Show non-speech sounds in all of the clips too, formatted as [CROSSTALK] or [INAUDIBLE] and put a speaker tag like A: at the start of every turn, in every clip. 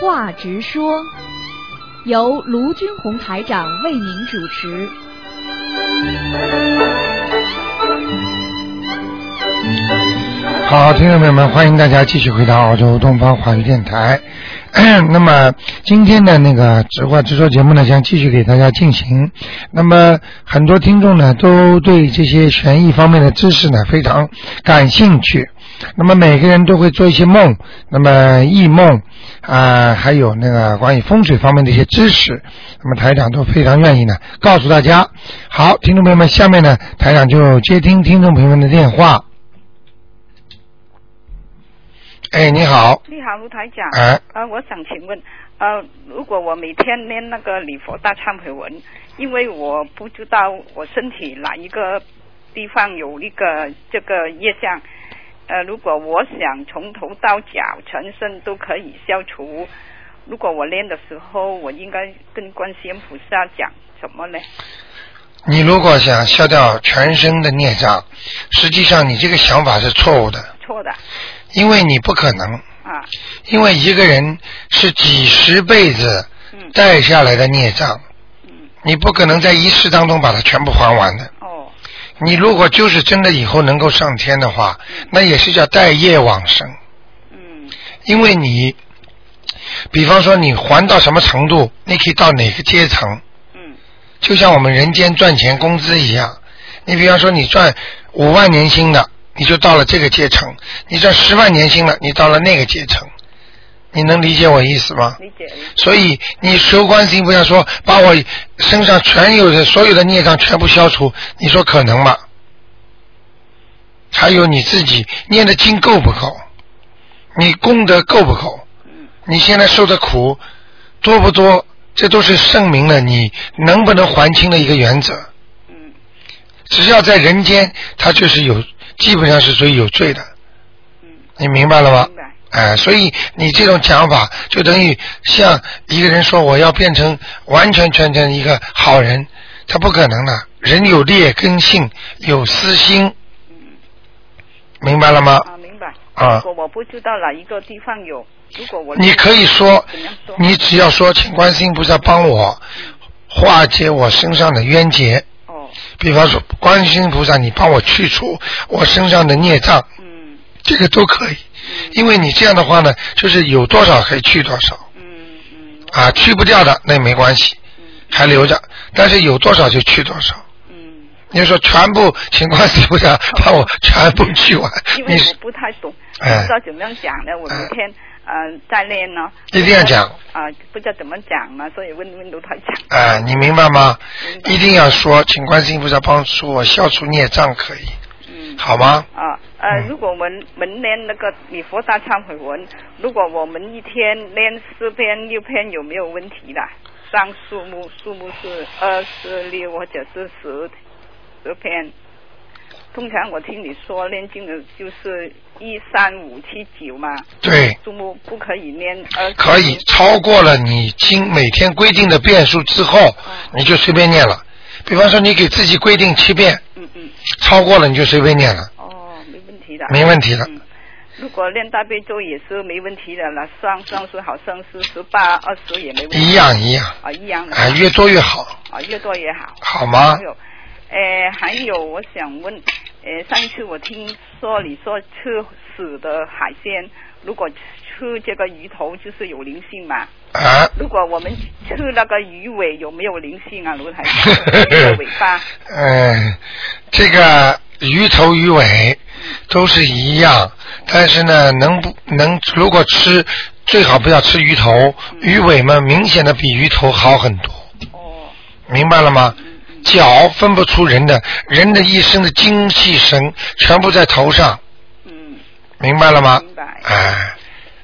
A: 话直说，由卢军红台长为您主持。
B: 好，听众朋友们，欢迎大家继续回到澳洲东方华语电台。 [CLEARS THROAT] 那么今天的那个直话直说节目呢，将继续给大家进行。那么很多听众呢，都对这些悬疑方面的知识呢非常感兴趣。那么每个人都会做一些梦，那么异梦啊、还有那个关于风水方面的一些知识，那么台长都非常愿意呢告诉大家。好，听众朋友们，下面呢台长就接听听众朋友们的电话。哎，你好，
C: 你好，卢台长。
B: 哎
C: 呃，我想请问，呃，如果我每天念那个礼佛大忏悔文，因为我不知道我身体哪一个地方有一个这个业障，呃，如果我想从头到脚全身都可以消除，如果我练的时候，我应该跟观世音菩萨讲什么呢？
B: 你如果想消掉全身的孽障，实际上你这个想法是错误的，
C: 错的
B: 因为你不可能，
C: 啊，
B: 因为一个人是几十辈子
C: 嗯
B: 带下来的孽障，
C: 嗯，
B: 你不可能在一世当中把它全部还完的。
C: 哦，
B: 你如果就是真的以后能够上天的话，那也是叫带业往生，
C: 嗯
B: 因为你，比方说你还到什么程度，你可以到哪个阶层，
C: 嗯
B: 就像我们人间赚钱工资一样，你比方说你赚五万年薪的，你就到了这个阶层；你赚十万年薪了，你到了那个阶层。你能理解我意思吗？
C: 理解理解，
B: 所以你求观世音菩萨说把我身上全有的所有的孽障全部消除，你说可能吗？还有你自己念的经够不够？你功德够不够？
C: 嗯
B: 你现在受的苦多不多？这都是证明了你能不能还清的一个原则。
C: 嗯
B: 只要在人间，他就是有，基本上是属于有罪的，
C: 嗯，
B: 你明白了吗？
C: 明白，
B: 哎，所以你这种讲法就等于像一个人说我要变成完全全全一个好人，他不可能的。人有劣根性，有私心，
C: 嗯
B: 明白了吗？
C: 啊，明白。
B: 啊，
C: 如果我不知道哪一个地方有，如果我
B: 你可以说
C: 怎样说？
B: 你只要说，请观世音菩萨帮我化解我身上的冤结。
C: 哦，
B: 比方说，观世音菩萨，你帮我去除 [LAUGHS] 我身上的孽障，
C: 嗯
B: 这个都可以。
C: 嗯
B: 因为你这样的话呢，就是有多少可以去多少
C: 嗯嗯
B: 啊，去不掉的那没关系，
C: 嗯
B: 还留着；但是有多少就去多少。
C: 嗯，
B: 你说全部情况是菩萨 [LAUGHS] 帮我全部去完，
C: 因为
B: 你
C: 我不太懂，不
B: 哎
C: 知道怎么样讲呢。我
B: 哎
C: 每天呃在练呢，
B: 一定要讲
C: 啊、不知道怎么讲嘛，所以问问卢台长。
B: 啊，你明白吗？
C: 明白
B: 一定要说，请观世音菩萨帮助我消除孽障，可以
C: 嗯。
B: 好吗？
C: 啊呃
B: 嗯，
C: 如果我们我们练那个礼佛大忏悔文，如果我们一天练四篇六篇，有没有问题的？上数目数目是二十六或者是十十篇。通常我听你说练经的就是一三五七九嘛，
B: 对，
C: 数目不可以练二。
B: 可以超过了你经每天规定的遍数之后，你就随便念了。比方说，你给自己规定七遍，
C: 嗯嗯，
B: 超过了你就随便念了，
C: 哦，没问题的。
B: 没问题的。
C: 嗯，如果练大悲咒也是没问题的了，上上数好像是十八二十也没问题。
B: 一样一样，
C: 啊，一样的。
B: 啊，越啊多越好，
C: 啊，越多越好。
B: 好吗
C: 还？有，呃，还有，我想问，呃，上一次我听说你说吃死的海鲜，如果吃这个鱼头就是有灵性嘛？
B: 啊，
C: 如果我们吃那个鱼尾有没有灵性啊？卢台长，
B: [LAUGHS]
C: 鱼的尾巴，
B: 嗯，这个鱼头鱼尾都是一样，但是呢，能不能如果吃，最好不要吃鱼头，鱼尾嘛，明显的比鱼头好很多，
C: 哦，
B: 明白了吗？
C: 嗯嗯
B: 脚分不出人的，人的一生的精气神全部在头上，
C: 嗯，
B: 明白了吗？
C: 明白
B: 哎，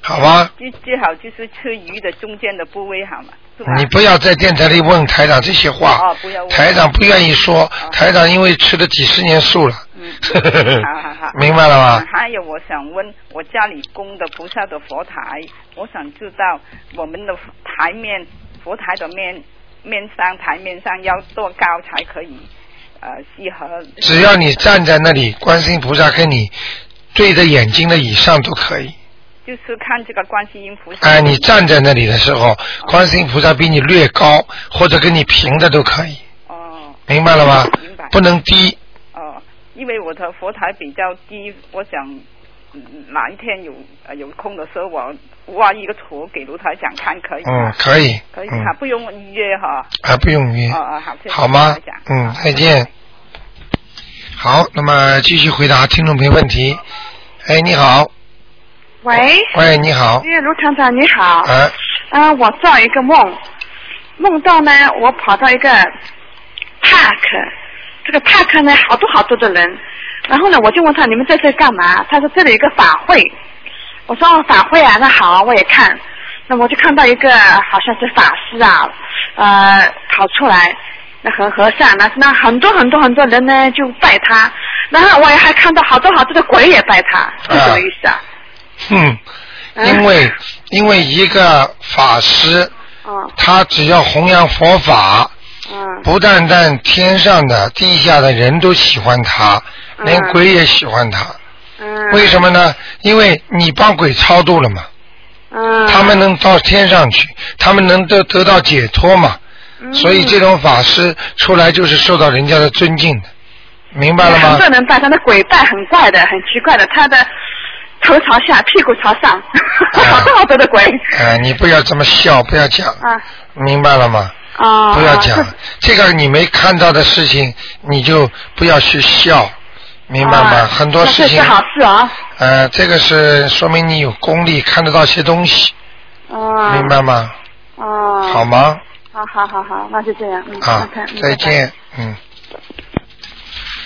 B: 好吧，
C: 最最好就是吃鱼的中间的部位好嘛，是吧？
B: 你不要在电台里问台长这些话，
C: 哦，不要问
B: 台长不愿意说，台长因为吃了几十年素了，。
C: 嗯，嗯好好好
B: [LAUGHS] 明白了
C: 啊
B: 吗？
C: 还有，我想问，我家里供的菩萨的佛台，我想知道我们的台面，佛台的面面上台面上要多高才可以，呃，适合。
B: 只要你站在那里，观世音菩萨跟你对着眼睛的以上都可以，
C: 就是看这个观世音菩萨。
B: 哎，你站在那里的时候，观世音菩萨比你略高或者跟你平的都可以，
C: 哦
B: 明白了吗？
C: 明白
B: 不能低，
C: 哦，因为我的佛台比较低，我想嗯哪一天有呃有空的时候，我挖一个图给卢台长看，可以吗？
B: 嗯，可以，
C: 可以
B: 嗯，
C: 哈，不用预约哈。
B: 还不用约
C: 哦，哦，好，谢谢
B: 好吗
C: 卢台长？
B: 嗯，再见。好，那么继续回答听众朋友问题。哎，你好，
D: 喂，
B: 喂，你好，
D: 哎，卢厂长你好，嗯、
B: 啊，
D: 我做一个梦，梦到呢，我跑到一个 park，这个 park 呢，好多好多的人，然后呢，我就问他你们在这干嘛？他说这里有一个法会，我说哦法会啊，那好啊，我也看，那我就看到一个好像是法师啊，呃，跑出来。那和和尚，那那很多很多很多人呢就拜他，然后我也还看到好多好多的鬼也拜他，是什么意思啊？
B: 哼，
E: 啊
D: 嗯
B: 因为因为一个法师，
D: 嗯
B: 他只要弘扬佛法，
D: 嗯。
B: 不但但天上的、地下的人都喜欢他，
D: 嗯
B: 连鬼也喜欢他。
D: 嗯
B: 为什么呢？因为你帮鬼超度了嘛，
D: 嗯，
B: 他们能到天上去，他们能得得到解脱嘛。
D: 嗯
B: 所以这种法师出来就是受到人家的尊敬的，明白了
D: 很
B: 吗
D: 多？人拜他的鬼拜很怪的，很奇怪的，他的头朝下，屁股朝上， [LAUGHS] 好多好多的鬼。
B: 哎，你不要这么笑，不要讲，
D: 啊
B: 明白了吗？
D: 啊！
B: 不要讲
D: 啊
B: 这个你没看到的事情，你就不要去笑，明白吗？
D: 啊
B: 很多事情
D: 那这是，好事啊。
B: 呃，这个是说明你有功力，看得到些东西，
D: 啊。
B: 明。白吗？
D: 啊。
B: 好。吗？
D: 好好好好，那就这样。嗯。
B: 啊
D: 那看，
B: 再。见，嗯。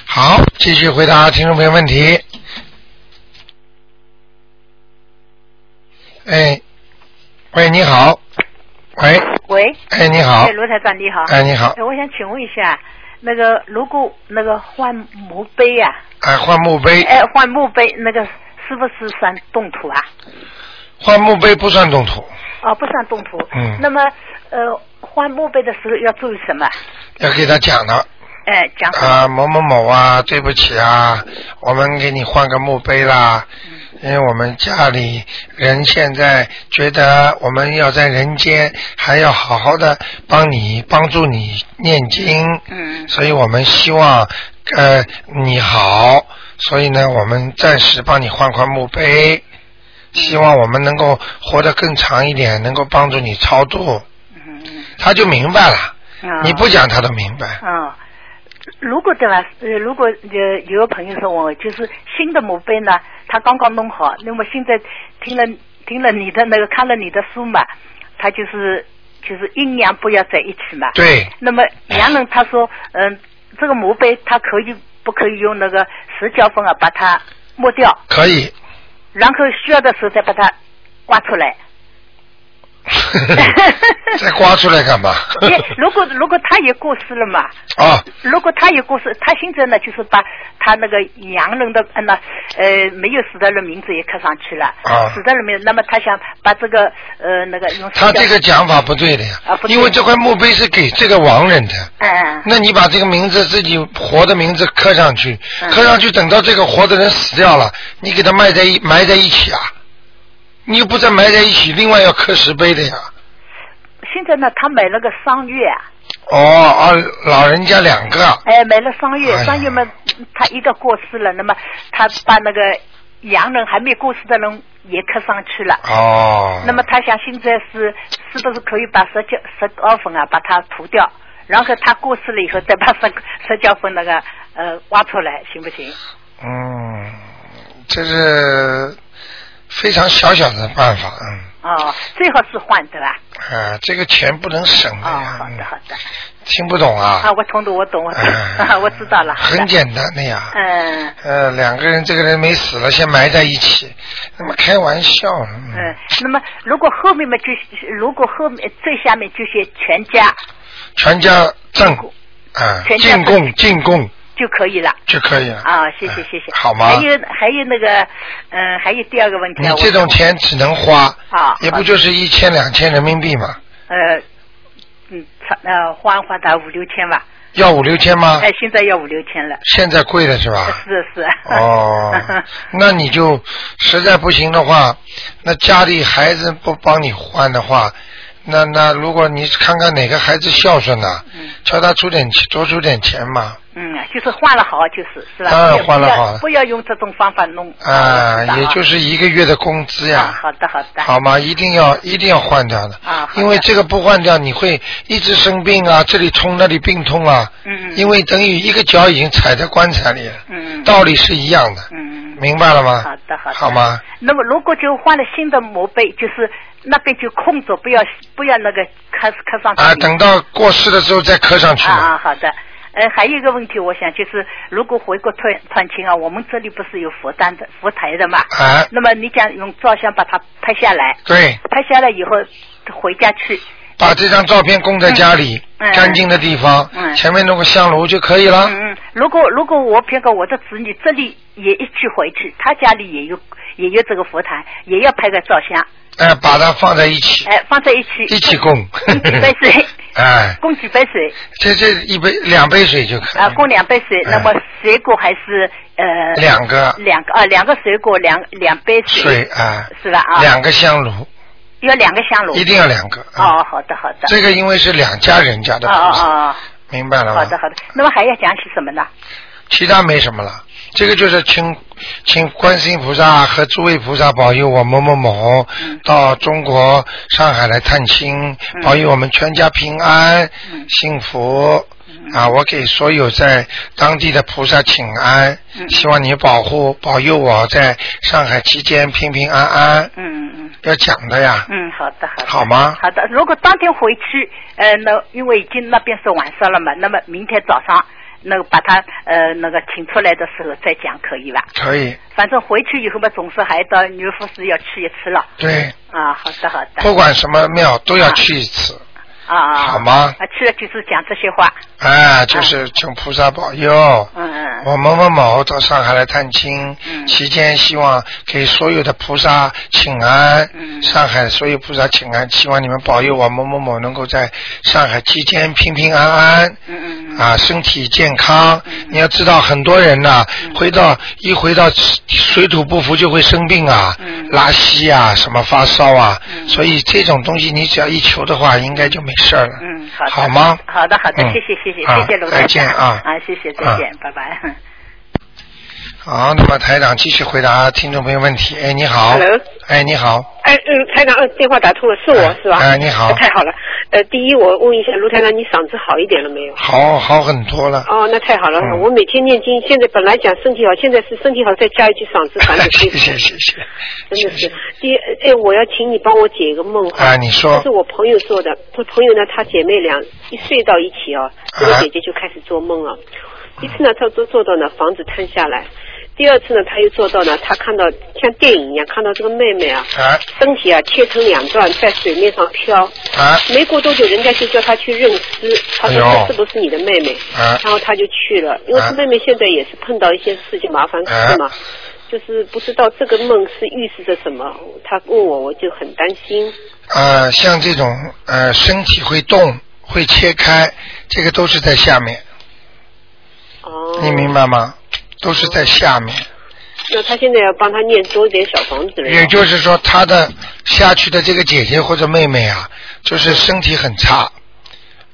B: 好，继续回答听众朋友问题。哎，喂，你好，喂，
E: 喂，
B: 哎，你好
E: 哎，，罗台长你好，
B: 哎，你好，
E: 哎我想请问一下，那个如果那个换墓碑啊，
B: 哎，换墓碑，
E: 哎，换墓碑那个是不是算动土啊？
B: 换墓碑不算动土，
E: 哦，不算动土。
B: 嗯
E: 那么呃，换墓碑的时候要注意什么？
B: 要给他讲的
E: 哎，讲什么？
B: 啊，某某某啊，对不起啊，我们给你换个墓碑啦，因为我们家里人现在觉得我们要在人间还要好好的帮你帮助你念经，
E: 嗯
B: 所以我们希望呃你好，所以呢，我们暂时帮你换换墓碑，希望我们能够活得更长一点，能够帮助你超度，
E: 嗯嗯
B: 他就明白了，
E: 嗯。
B: 你不讲他都明白。
E: 嗯，如果对吧？呃，如果呃有个朋友说我就是新的墓碑呢，他刚刚弄好，那么现在听了听了你的那个看了你的书嘛，他就是就是阴阳不要在一起嘛。。
B: 对，
E: 那么
B: 哎
E: 洋人他说，嗯，这个墓碑他可以不可以用那个石胶粉啊把它抹掉，
B: 可以。
E: 然后需要的时候再把它挖
B: [LAUGHS]
E: 出来。
B: 再刮出来
E: [LAUGHS]
B: 干嘛？
E: 因为如果如果他也过世了嘛，
B: 啊，
E: 如果他有过世，他现在呢就是把他那个洋人的呃那呃没有死的人名字也刻上去了，
B: 啊
E: 死的人名字，那么他想把这个呃那个用
B: 他这
E: 石
B: 个讲法不对的呀，
E: 啊不对
B: 因为这块墓碑是给这个亡人的。
E: 雕嗯
B: 那你把这个名字自己活的名字刻上去，
E: 嗯
B: 刻上去，等到这个活的人死掉了，你给他埋在一埋在一起啊，你又不再埋在一起，另外要刻石碑的呀。
E: 现在呢他买了个商月啊，
B: 哦啊，老人家两个，啊
E: 哎买了商月
B: 哎呀，
E: 商月嘛他一个过世了，那么他把那个洋人还没过世的人也刻上去了。
B: 哦，
E: 那么他想现在是是不是可以把石胶石膏粉啊把它涂掉，然后他过世了以后再把石石胶粉那个呃挖出来，行不行？
B: 嗯，这是非常小小的办法，嗯。
E: 哦，最好是换对吧？
B: 啊，这个钱不能省的
E: 哦，
B: 哎呀。
E: 好的好的，
B: 听不懂啊？
E: 啊，我通懂我懂我懂，
B: 哎
E: [LAUGHS] 我知道了。好的
B: 很简单的呀。
E: 嗯
B: 呃，两个人，这个人没死了，先埋在一起，那么开玩笑。嗯
E: 嗯，那么如果后面嘛就如果后面最下面就写全家
B: 全家正啊，
E: 全家
B: 进
E: 正
B: 贡进贡
E: 就可以了。
B: 就可以了。
E: 啊，谢谢
B: 嗯
E: 谢谢。
B: 好吗
E: 还？有还有那个，嗯，还有第二个问题
B: 你
E: 啊，
B: 这种钱只能花，
E: 我啊，
B: 也
E: 好
B: 不
E: 的
B: 就是一千两千人民币嘛。
E: 呃，嗯，差呃，花花达五六千吧，
B: 要五六千吗？
E: 哎，现在要五六千了。呃
B: 现在贵了是吧？
E: 是是。
B: 哦，
E: [LAUGHS]
B: 那你就实在不行的话，那家里孩子不帮你还的话，那那如果你看看哪个孩子孝顺呐、叫他出点钱多出点钱嘛。
E: 嗯，就是换了好，就是是吧？
B: 当然
E: 不要
B: 啊换了
E: 不要
B: 好
E: 不要用这种方法弄。
B: 啊
E: 知道，
B: 也就是一个月的工资
E: 啊
B: 呀，
E: 好的好的。
B: 好吗？一定要一定要换掉的，
E: 啊，好的
B: 因为这个不换掉，你会一直生病啊，这里痛那里病痛啊，
E: 嗯
B: 因为等于一个脚已经踩在棺材里了，
E: 嗯嗯
B: 道理是一样的，
E: 嗯嗯
B: 明白了吗？
E: 好的好的
B: 好吗？
E: 那么如果就换了新的墓碑，就是那边就空着，不要不要那个刻刻上去。
B: 啊，等到过世的时候再刻上去
E: 啊
B: 嘛。
E: 啊，好的。呃，还有一个问题，我想就是，如果回国团团亲啊，我们这里不是有佛诞的佛台的嘛？
B: 啊，
E: 那么你想用照相把它拍下来，
B: 对，
E: 拍下来以后回家去，
B: 把这张照片供在家里
E: 嗯嗯
B: 干净的地方，
E: 嗯
B: 前面弄个香炉就可以了。
E: 嗯嗯，如果如果我偏个我的子女这里也一起回去，他家里也有也有这个佛坛，也要拍个照相，
B: 哎，把它放在一起，
E: 哎，放在一起
B: 一起供
E: 供几杯水，
B: [LAUGHS] 哎，
E: 供几杯水
B: 这这一杯两杯水就可以。
E: 啊，供两杯水，
B: 哎
E: 那么水果还是呃
B: 两个
E: 两个啊两个水果两两杯
B: 水啊，
E: 是吧啊？
B: 两个香炉，
E: 要两个香炉
B: 一定要两个。嗯
E: 哦，好的好的，
B: 这个因为是两家人家的嗯
E: 哦
B: 菩萨，
E: 哦
B: 明白
E: 哦，
B: 了吗？
E: 好的好的，那么还要讲起什么呢？
B: 其他没什么了。这个就是请请观世音菩萨和诸位菩萨保佑我某某某到中国上海来探亲，保佑我们全家平安、幸福。啊，我给所有在当地的菩萨请安，希望你保护保佑我在上海期间平平安安。
E: 嗯嗯
B: 要讲的呀，
E: 嗯，好的好的。
B: 好吗？
E: 好的，如果当天回去，呃，那因为已经那边是晚上了嘛，那么明天早上那个把他呃那个请出来的时候再讲，可以吧？
B: 可以，
E: 反正回去以后嘛，总是还到女护士要去一次了。
B: 对，
E: 啊，好的好
B: 不
E: 的，
B: 管什么庙都要去一次，
E: 啊啊，
B: 哦好吗？
E: 啊，去了就是讲这些话，
B: 哎，就是请菩萨保佑。
E: 嗯嗯
B: 我某某某到上海来探亲，
E: 嗯
B: 期间希望给所有的菩萨请安，
E: 嗯
B: 上海所有菩萨请安，希望你们保佑我某某某能够在上海期间平平安安。
E: 嗯嗯
B: 啊，身体健康！你要知道，很多人呐、
E: 嗯
B: 回到一回到水土不服就会生病啊，
E: 嗯
B: 拉稀啊，什么发烧啊，所以这种东西你只要一求的话，应该就没事儿了。
E: 嗯，好的，
B: 好吗？
E: 好的好的，
B: 嗯
E: 谢谢谢谢
B: 啊
E: 谢谢卢
B: 再
E: 台
B: 见
E: 长
B: 啊
E: 啊，谢谢
B: 啊
E: 再见，拜拜。
B: 好，那么台长继续回答听众朋友问题。哎，你好。
F: Hello
B: 哎，你好。
F: 哎，嗯，台长，呃电话打通了，是我、
B: 哎
F: 是吧？
B: 哎你好
F: 呃太好了。呃，第一，我问一下卢台长，你嗓子好一点了没有？
B: 好好很多了。
F: 哦，那太好了。
B: 嗯
F: 我每天念经，现在本来讲身体好，现在是身体好，再加一句嗓子
B: [LAUGHS]
F: 反正
B: 谢
F: 舒
B: 谢
F: 服，
B: 谢谢。
F: 真的是。第哎，我要请你帮我解一个梦哈。
B: 啊，你说
F: 是我朋友做的，我朋友呢，她姐妹俩一睡到一起哦，这个
B: 啊
F: 姐姐就开始做梦了。一次呢，她做做到呢房子瘫下来，第二次呢，她又做到呢，她看到像电影一样看到这个妹妹啊，
B: 啊
F: 身体啊切成两段在水面上飘，
B: 啊
F: 没过多久，人家就叫她去认尸，她说
B: 哎呦
F: 这是不是你的妹妹？
B: 啊
F: 然后她就去了，因为
B: 啊
F: 她妹妹现在也是碰到一些事情麻烦事嘛
B: 啊，
F: 就是不知道这个梦是预示着什么。她问我，我就很担心。
B: 呃，像这种呃身体会动、会切开，这个都是在下面，
F: 哦，
B: 你明白吗？都是在下面，
F: 那他现在要帮他念多一点小房子了。
B: 也就是说，他的下去的这个姐姐或者妹妹啊，就是身体很差，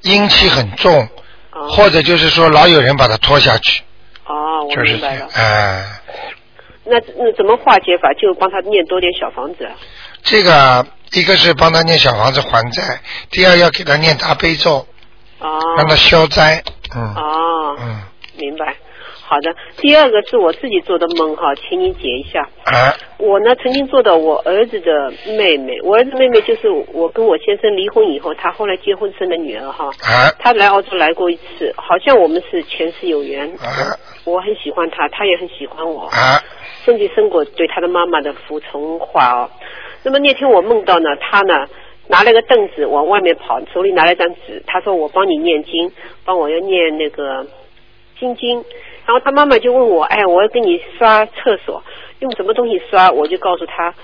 B: 阴气很重，
F: 哦
B: 或者就是说老有人把她拖下去，
F: 哦，我
B: 就是
F: 明
B: 这
F: 白
B: 样
F: 了。。
B: 哎。
F: 那那怎么化解法？就帮他念多点小房子。啊
B: 这个一个是帮他念小房子还债，第二要给他念大悲咒，
F: 哦。
B: 让他消灾。嗯
F: 哦，
B: 嗯
F: 明白。好的，第二个是我自己做的梦哈，请你解一下。
B: 啊
F: 我呢曾经做到我儿子的妹妹，我儿子妹妹就是我跟我先生离婚以后，他后来结婚生的女儿哈。
B: 啊
F: 他来澳洲来过一次，好像我们是前世有缘，
B: 啊
F: 我很喜欢他，他也很喜欢我。
B: 啊！
F: 甚至生过对他的妈妈的服从化哦。那么那天我梦到呢，他呢拿了个凳子往外面跑，手里拿了一张纸，他说我帮你念经，帮我要念那个心经。然后他妈妈就问我，哎，我要跟你刷厕所，用什么东西刷？我就告诉他，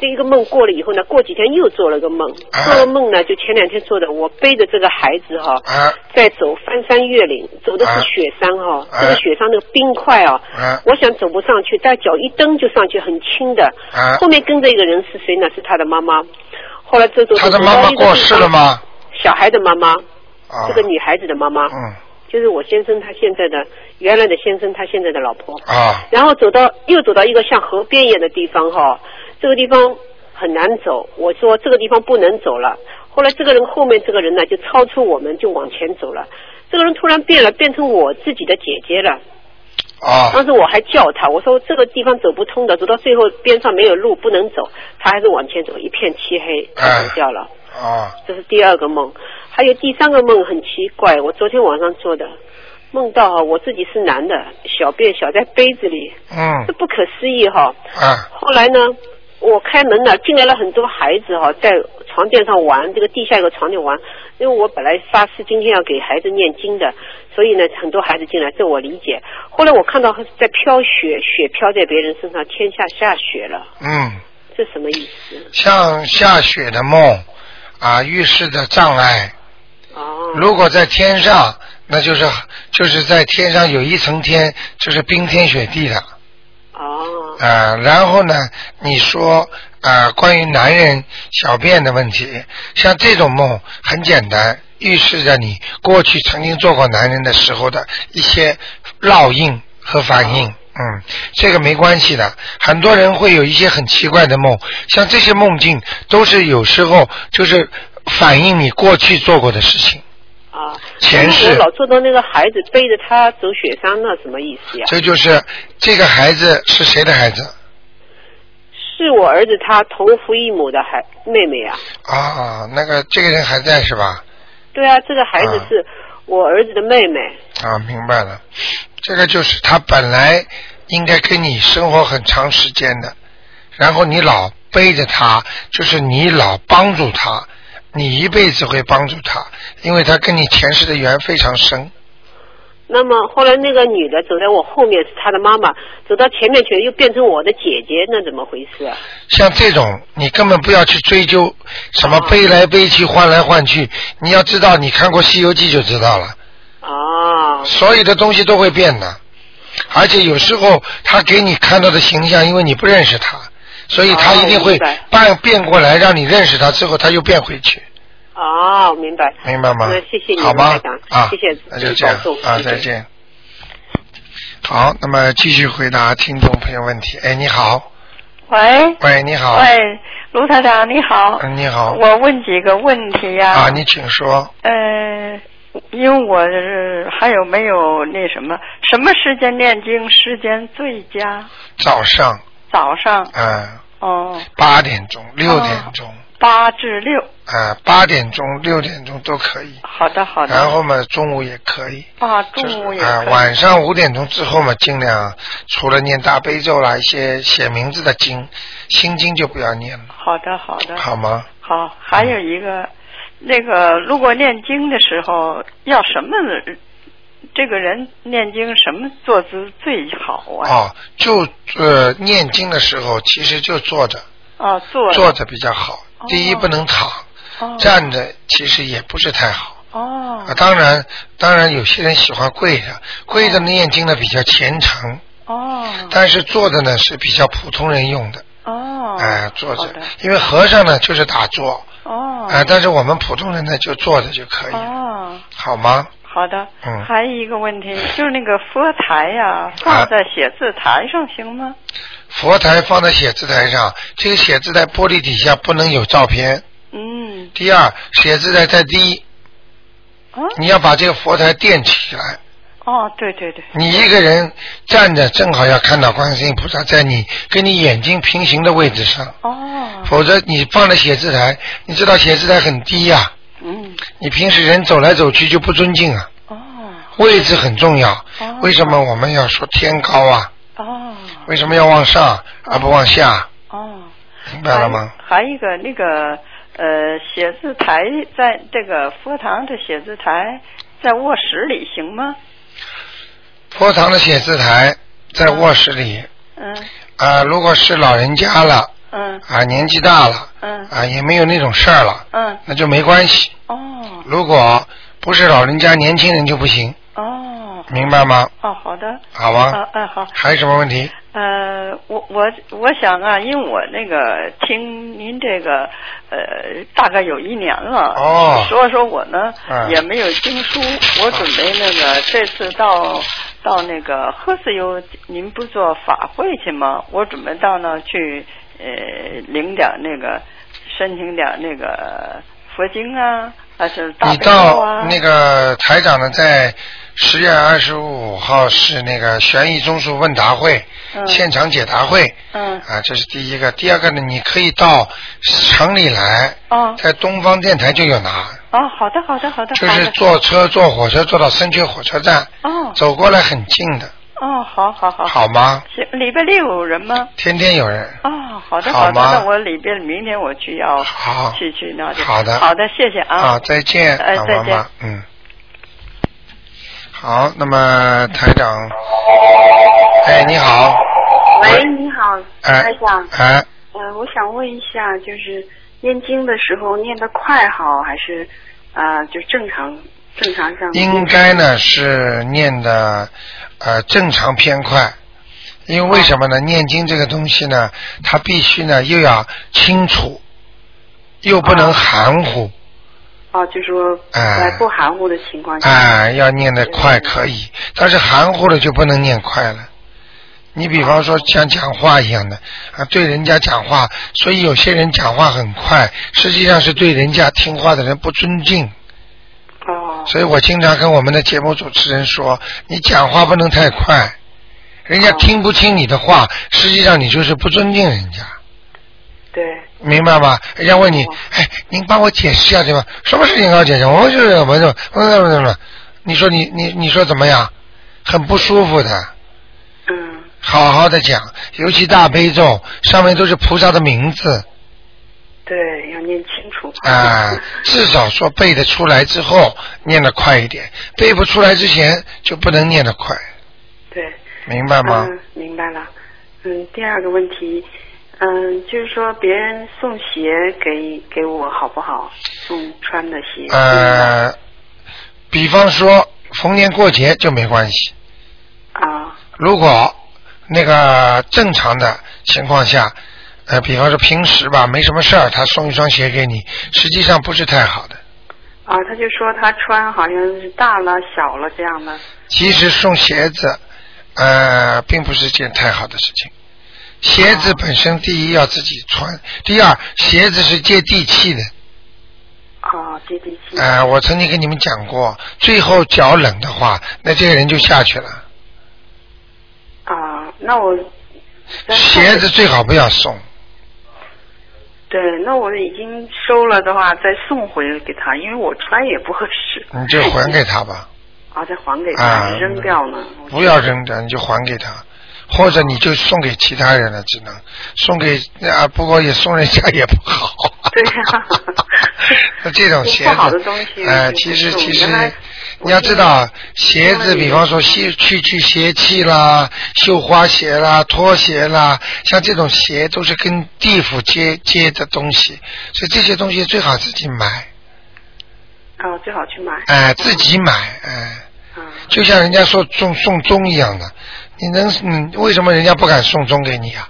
F: 这一个梦过了以后呢，过几天又做了个梦，做了梦呢，就前两天做的，我背着这个孩子哈、
B: 啊
F: 在走翻山越岭，走的是雪山哈、
B: 啊
F: 这个雪山那个冰块哦，
B: 啊
F: 我想走不上去，但脚一蹬就上去，很轻的。
B: 啊！
F: 后面跟着一个人是谁呢？是他的妈妈。后来这走
B: 他的妈妈过世了？吗？
F: 小孩的妈妈，
B: 啊，
F: 这个女孩子的妈妈，
B: 嗯
F: 就是我先生他现在的原来的先生他现在的老婆。
B: 啊
F: 然后走到又走到一个像河边一样的地方哈，这个地方很难走。我说这个地方不能走了。后来这个人后面这个人呢就超出我们就往前走了。这个人突然变了，变成我自己的姐姐了。
B: 啊
F: 当时我还叫他，我说这个地方走不通的，走到最后边上没有路不能走，他还是往前走，一片漆黑，他走掉了。
B: 啊！
F: 这是第二个梦，还有第三个梦很奇怪，我昨天晚上做的，梦到哈我自己是男的，小便小在杯子里，
B: 嗯
F: 这不可思议哈、
B: 啊
F: 后来呢，我开门了，进来了很多孩子哈、在床垫上玩，这个地下有个床垫玩。因为我本来发誓今天要给孩子念经的，所以呢，很多孩子进来，这我理解。后来我看到在飘雪，雪飘在别人身上，天下下雪了，
B: 嗯，
F: 这什么意思？
B: 像下雪的梦啊，预示着障碍。
F: 哦，
B: 如果在天上，那就是就是在天上有一层天，就是冰天雪地的。
F: 哦，
B: 啊、然后呢，你说啊、关于男人小便的问题，像这种梦很简单，预示着你过去曾经做过男人的时候的一些烙印和反应。嗯，这个没关系的。很多人会有一些很奇怪的梦，像这些梦境都是有时候就是反映你过去做过的事情。
F: 啊，
B: 前世
F: 我老做到那个孩子背着他走雪山，那什么意思呀？
B: 这就是这个孩子是谁的孩子？
F: 是我儿子他同父异母的孩妹妹呀、
B: 啊，那个这个人还在是吧？
F: 对啊，这个孩子
B: 啊
F: 是我儿子的妹妹。
B: 啊，明白了，这个就是他本来应该跟你生活很长时间的，然后你老背着他，就是你老帮助他，你一辈子会帮助他，因为他跟你前世的缘非常深。
F: 那么后来那个女的走在我后面是她的妈妈，走到前面去又变成我的姐姐，那怎么回事啊？
B: 像这种，你根本不要去追究什么背来背去、换来换去，你要知道，你看过《西游记》就知道了。
F: 哦，
B: 所有的东西都会变的，而且有时候他给你看到的形象，因为你不认识他，所以他
F: 哦
B: 一定会
F: 明白
B: 半变过来，让你认识他之后，他又变回去，
F: 哦，明白。
B: 明白吗
F: 那？谢谢你，
B: 好吗
F: 台长？
B: 啊，
F: 谢谢，
B: 那就这样
F: 保重
B: 啊，
F: 谢谢
B: 再见。好，那么继续回答听众朋友问题。哎，你好，
G: 喂，
B: 喂，你好，
G: 喂，卢台长你好，
B: 嗯，你好，
G: 我问几个问题呀、
B: 啊，你请说。
G: 呃，因为我是还有没有那什么，什么时间念经时间最佳？
B: 早上，
G: 早上
B: 嗯，
G: 哦，
B: 八点钟、六点钟，
G: 八至六。
B: 啊，八点钟、六点钟都可以。
G: 好的好的。
B: 然后嘛，中午也可以。
G: 啊，
B: 就是
G: 中午也
B: 啊、
G: 可以
B: 晚上五点钟之后嘛，尽量除了念大悲咒啦，一些写名字的经，心经就不要念了，
G: 好的好的
B: 好吗？
G: 好，还有一个，那个如果念经的时候要什么？这个人念经什么坐姿最好啊？
B: 哦，就呃念经的时候，其实就坐着，
G: 啊，坐
B: 坐着比较好。
G: 哦
B: 第一不能躺，
G: 哦
B: 站着其实也不是太好。
G: 哦
B: 啊，当然，当然有些人喜欢跪着，跪着念经呢比较虔诚，
G: 哦
B: 但是坐着呢是比较普通人用的。
G: 哦，
B: 哎、坐
G: 好
B: 着
G: 的，
B: 因为和尚呢就是打坐，
G: 哦
B: 啊、但是我们普通人呢就坐着就可以了，
G: 哦，
B: 好吗？
G: 好的。
B: 嗯
G: 还有一个问
B: [LAUGHS]
G: 题就是那个佛台呀、
B: 啊
G: 放在写字台上行吗？
B: 佛台放在写字台上，这个写字台玻璃底下不能有照片。
G: 嗯
B: 第二，写字台太低，
G: 啊
B: 你要把这个佛台垫起来。
G: 哦，对对对，
B: 你一个人站着，正好要看到观世音菩萨在你跟你眼睛平行的位置上，
G: 哦
B: 否则你放在写字台，你知道写字台很低呀、
G: 嗯
B: 你平时人走来走去就不尊敬啊。
G: 哦
B: 位置很重要
G: 哦，
B: 为什么我们要说天高啊？
G: 哦
B: 为什么要往
H: 哦
B: 上而不往下？
G: 哦，
B: 明白了吗？
G: 还还一个那个呃写字台在这个佛堂的写字台在卧室里行吗？
B: 佛堂的写字台在卧室里，
G: 嗯
B: 啊、如果是老人家了，
H: 嗯
B: 啊，年纪大了
H: 嗯
B: 啊，也没有那种事儿了，
H: 嗯，
B: 那就没关系。
H: 哦
B: 如果不是老人家，年轻人就不行，
H: 哦
B: 明白吗？
H: 哦，好的，
B: 好啊
H: 嗯
G: 啊
B: 吗？
H: 嗯好，
B: 还有什么问题？
H: 呃，我我我想啊，因为我那个听您这个呃，大概有一年了，
B: 哦
H: 所以说我呢、
B: 嗯
H: 也没有经书，我准备那个这次到到那个赫斯尤，您不做法会去吗？我准备到那去呃领点那个申请点那个佛经啊，还是大
B: 你
H: 悲咒
B: 到
H: 啊？
B: 那个台长呢，在十月二十五号是那个悬疑综述问答会，
H: 嗯
B: 现场解答会。
H: 嗯
B: 啊，这是第一个。第二个呢，你可以到城里来，
H: 哦
B: 在东方电台就有拿，
H: 哦，好的好的好的，
B: 就
H: 好
B: 是
H: 的
B: 坐车坐火车坐到深圳火车站，
H: 哦
B: 走过来很近的，
H: 哦，好好好，
B: 好吗？
H: 行，礼拜六有人吗？
B: 天天有人。
H: 哦，好的
B: 好
H: 的，
B: 吗
H: 那我里边明天我去要
B: 好
H: 去去那就
B: 好的
H: 好的，谢谢啊。
B: 啊，再见，
C: 呃
H: 哎
B: 老
H: 再
B: 妈
H: 见
B: 妈，嗯。好，那么台长，哎，你好，
C: 喂，你好，
B: 哎
C: 台长，，
B: 哎，
C: 呃，我想问一下，就是念经的时候念得快好，还是啊、呃就正常正常这样？
B: 应该呢是念的呃正常偏快，因为为什么
C: 啊
B: 呢？念经这个东西呢，它必须呢又要清楚，又不
C: 啊
B: 能含糊，
C: 哦，就说
B: 哎
C: 在不含糊的情况下，
B: 哎，要念得快可以，但是含糊了就不能念快了。你比方说像讲话一样的啊，对人家讲话，所以有些人讲话很快，实际上是对人家听话的人不尊敬。
C: 哦
B: 所以我经常跟我们的节目主持人说，你讲话不能太快，人家
C: 哦
B: 听不清你的话，实际上你就是不尊敬人家，
C: 对，
B: 明白吗？人家问你
C: 哦，
B: 哎，您帮我解释一下对吧？什么事情要解释？我就是我怎么我怎么怎么？你说你你你说怎么样？很不舒服的，
C: 嗯，
B: 好好的讲，尤其大悲咒上面都是菩萨的名字
C: 对，要念清楚
B: 啊、
C: [LAUGHS]
B: 至少说背得出来之后念得快一点，背不出来之前就不能念得快。
C: 对，
B: 明白吗？
C: 嗯，明白了。嗯，第二个问题，嗯，就是说别人送鞋给给我好不好？送穿的鞋，
B: 呃，比方说逢年过节就没关系。
C: 啊，
B: 如果那个正常的情况下，呃，比方说平时吧，没什么事儿，他送一双鞋给你，实际上不是太好的。
C: 啊，他就说他穿好像是大了、小了这样的。
B: 其实送鞋子，呃，并不是件太好的事情。鞋子本身，第一要自己穿，第二，鞋子是接地气的。
C: 啊，接地气。
B: 呃，我曾经跟你们讲过，最后脚冷的话，那这个人就下去了。
C: 啊，那我在后
B: 鞋子最好不要送。
C: 对，那我已经收了的话，再送回给他，因为我穿也不合适。
B: 你就还给他吧，
C: 啊，再还给他，
B: 嗯啊
C: 扔掉呢。我
B: 不要扔掉，你就还给他，或者你就送给其他人了，只能送给啊，不过也送人家也不好。 [LAUGHS]
C: 对呀 [LAUGHS]
B: 那这种鞋
C: 不好的东
B: 子，
C: 西
B: 呃，
C: 就
B: 其
C: 不
B: 实
C: 送
B: 其
C: 原来
B: 实
C: 我
B: 你要
C: 记
B: 知
C: 得
B: 道，鞋
C: 那
B: 子，
C: 里
B: 比方说吸去去邪气啦、绣花鞋啦、拖鞋啦，像这种鞋都是跟地府接接的东西，所以这些东西最好自己买，
C: 啊，最好去买。
B: 哎、自己买，哎、
C: 啊
B: 就像人家说送送钟一样的，你能嗯，为什么人家不敢送钟给你啊？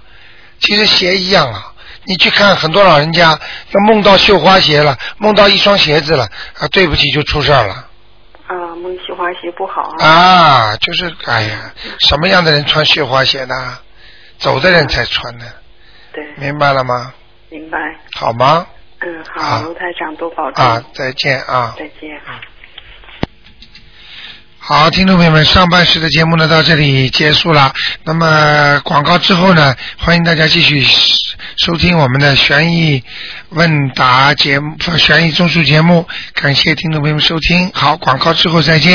B: 其实鞋一样啊，你去看很多老人家要梦到绣花鞋了，梦到一双鞋子了啊，对不起就出事儿了
C: 啊，梦绣花鞋不好啊。
B: 啊，就是哎呀，什么样的人穿绣花鞋呢？走的人才穿的，
C: 对，
B: 明白了吗？
C: 明白。
B: 好吗？
C: 嗯，
B: 啊
C: 好，卢台长多保重。
B: 啊，再见啊。
C: 再见。
B: 好，听众朋友们，上半时的节目呢到这里结束了。那么广告之后呢，欢迎大家继续收听我们的悬疑问呃答节目、悬疑综述节目。感谢听众朋友们收听。好，广告之后再见。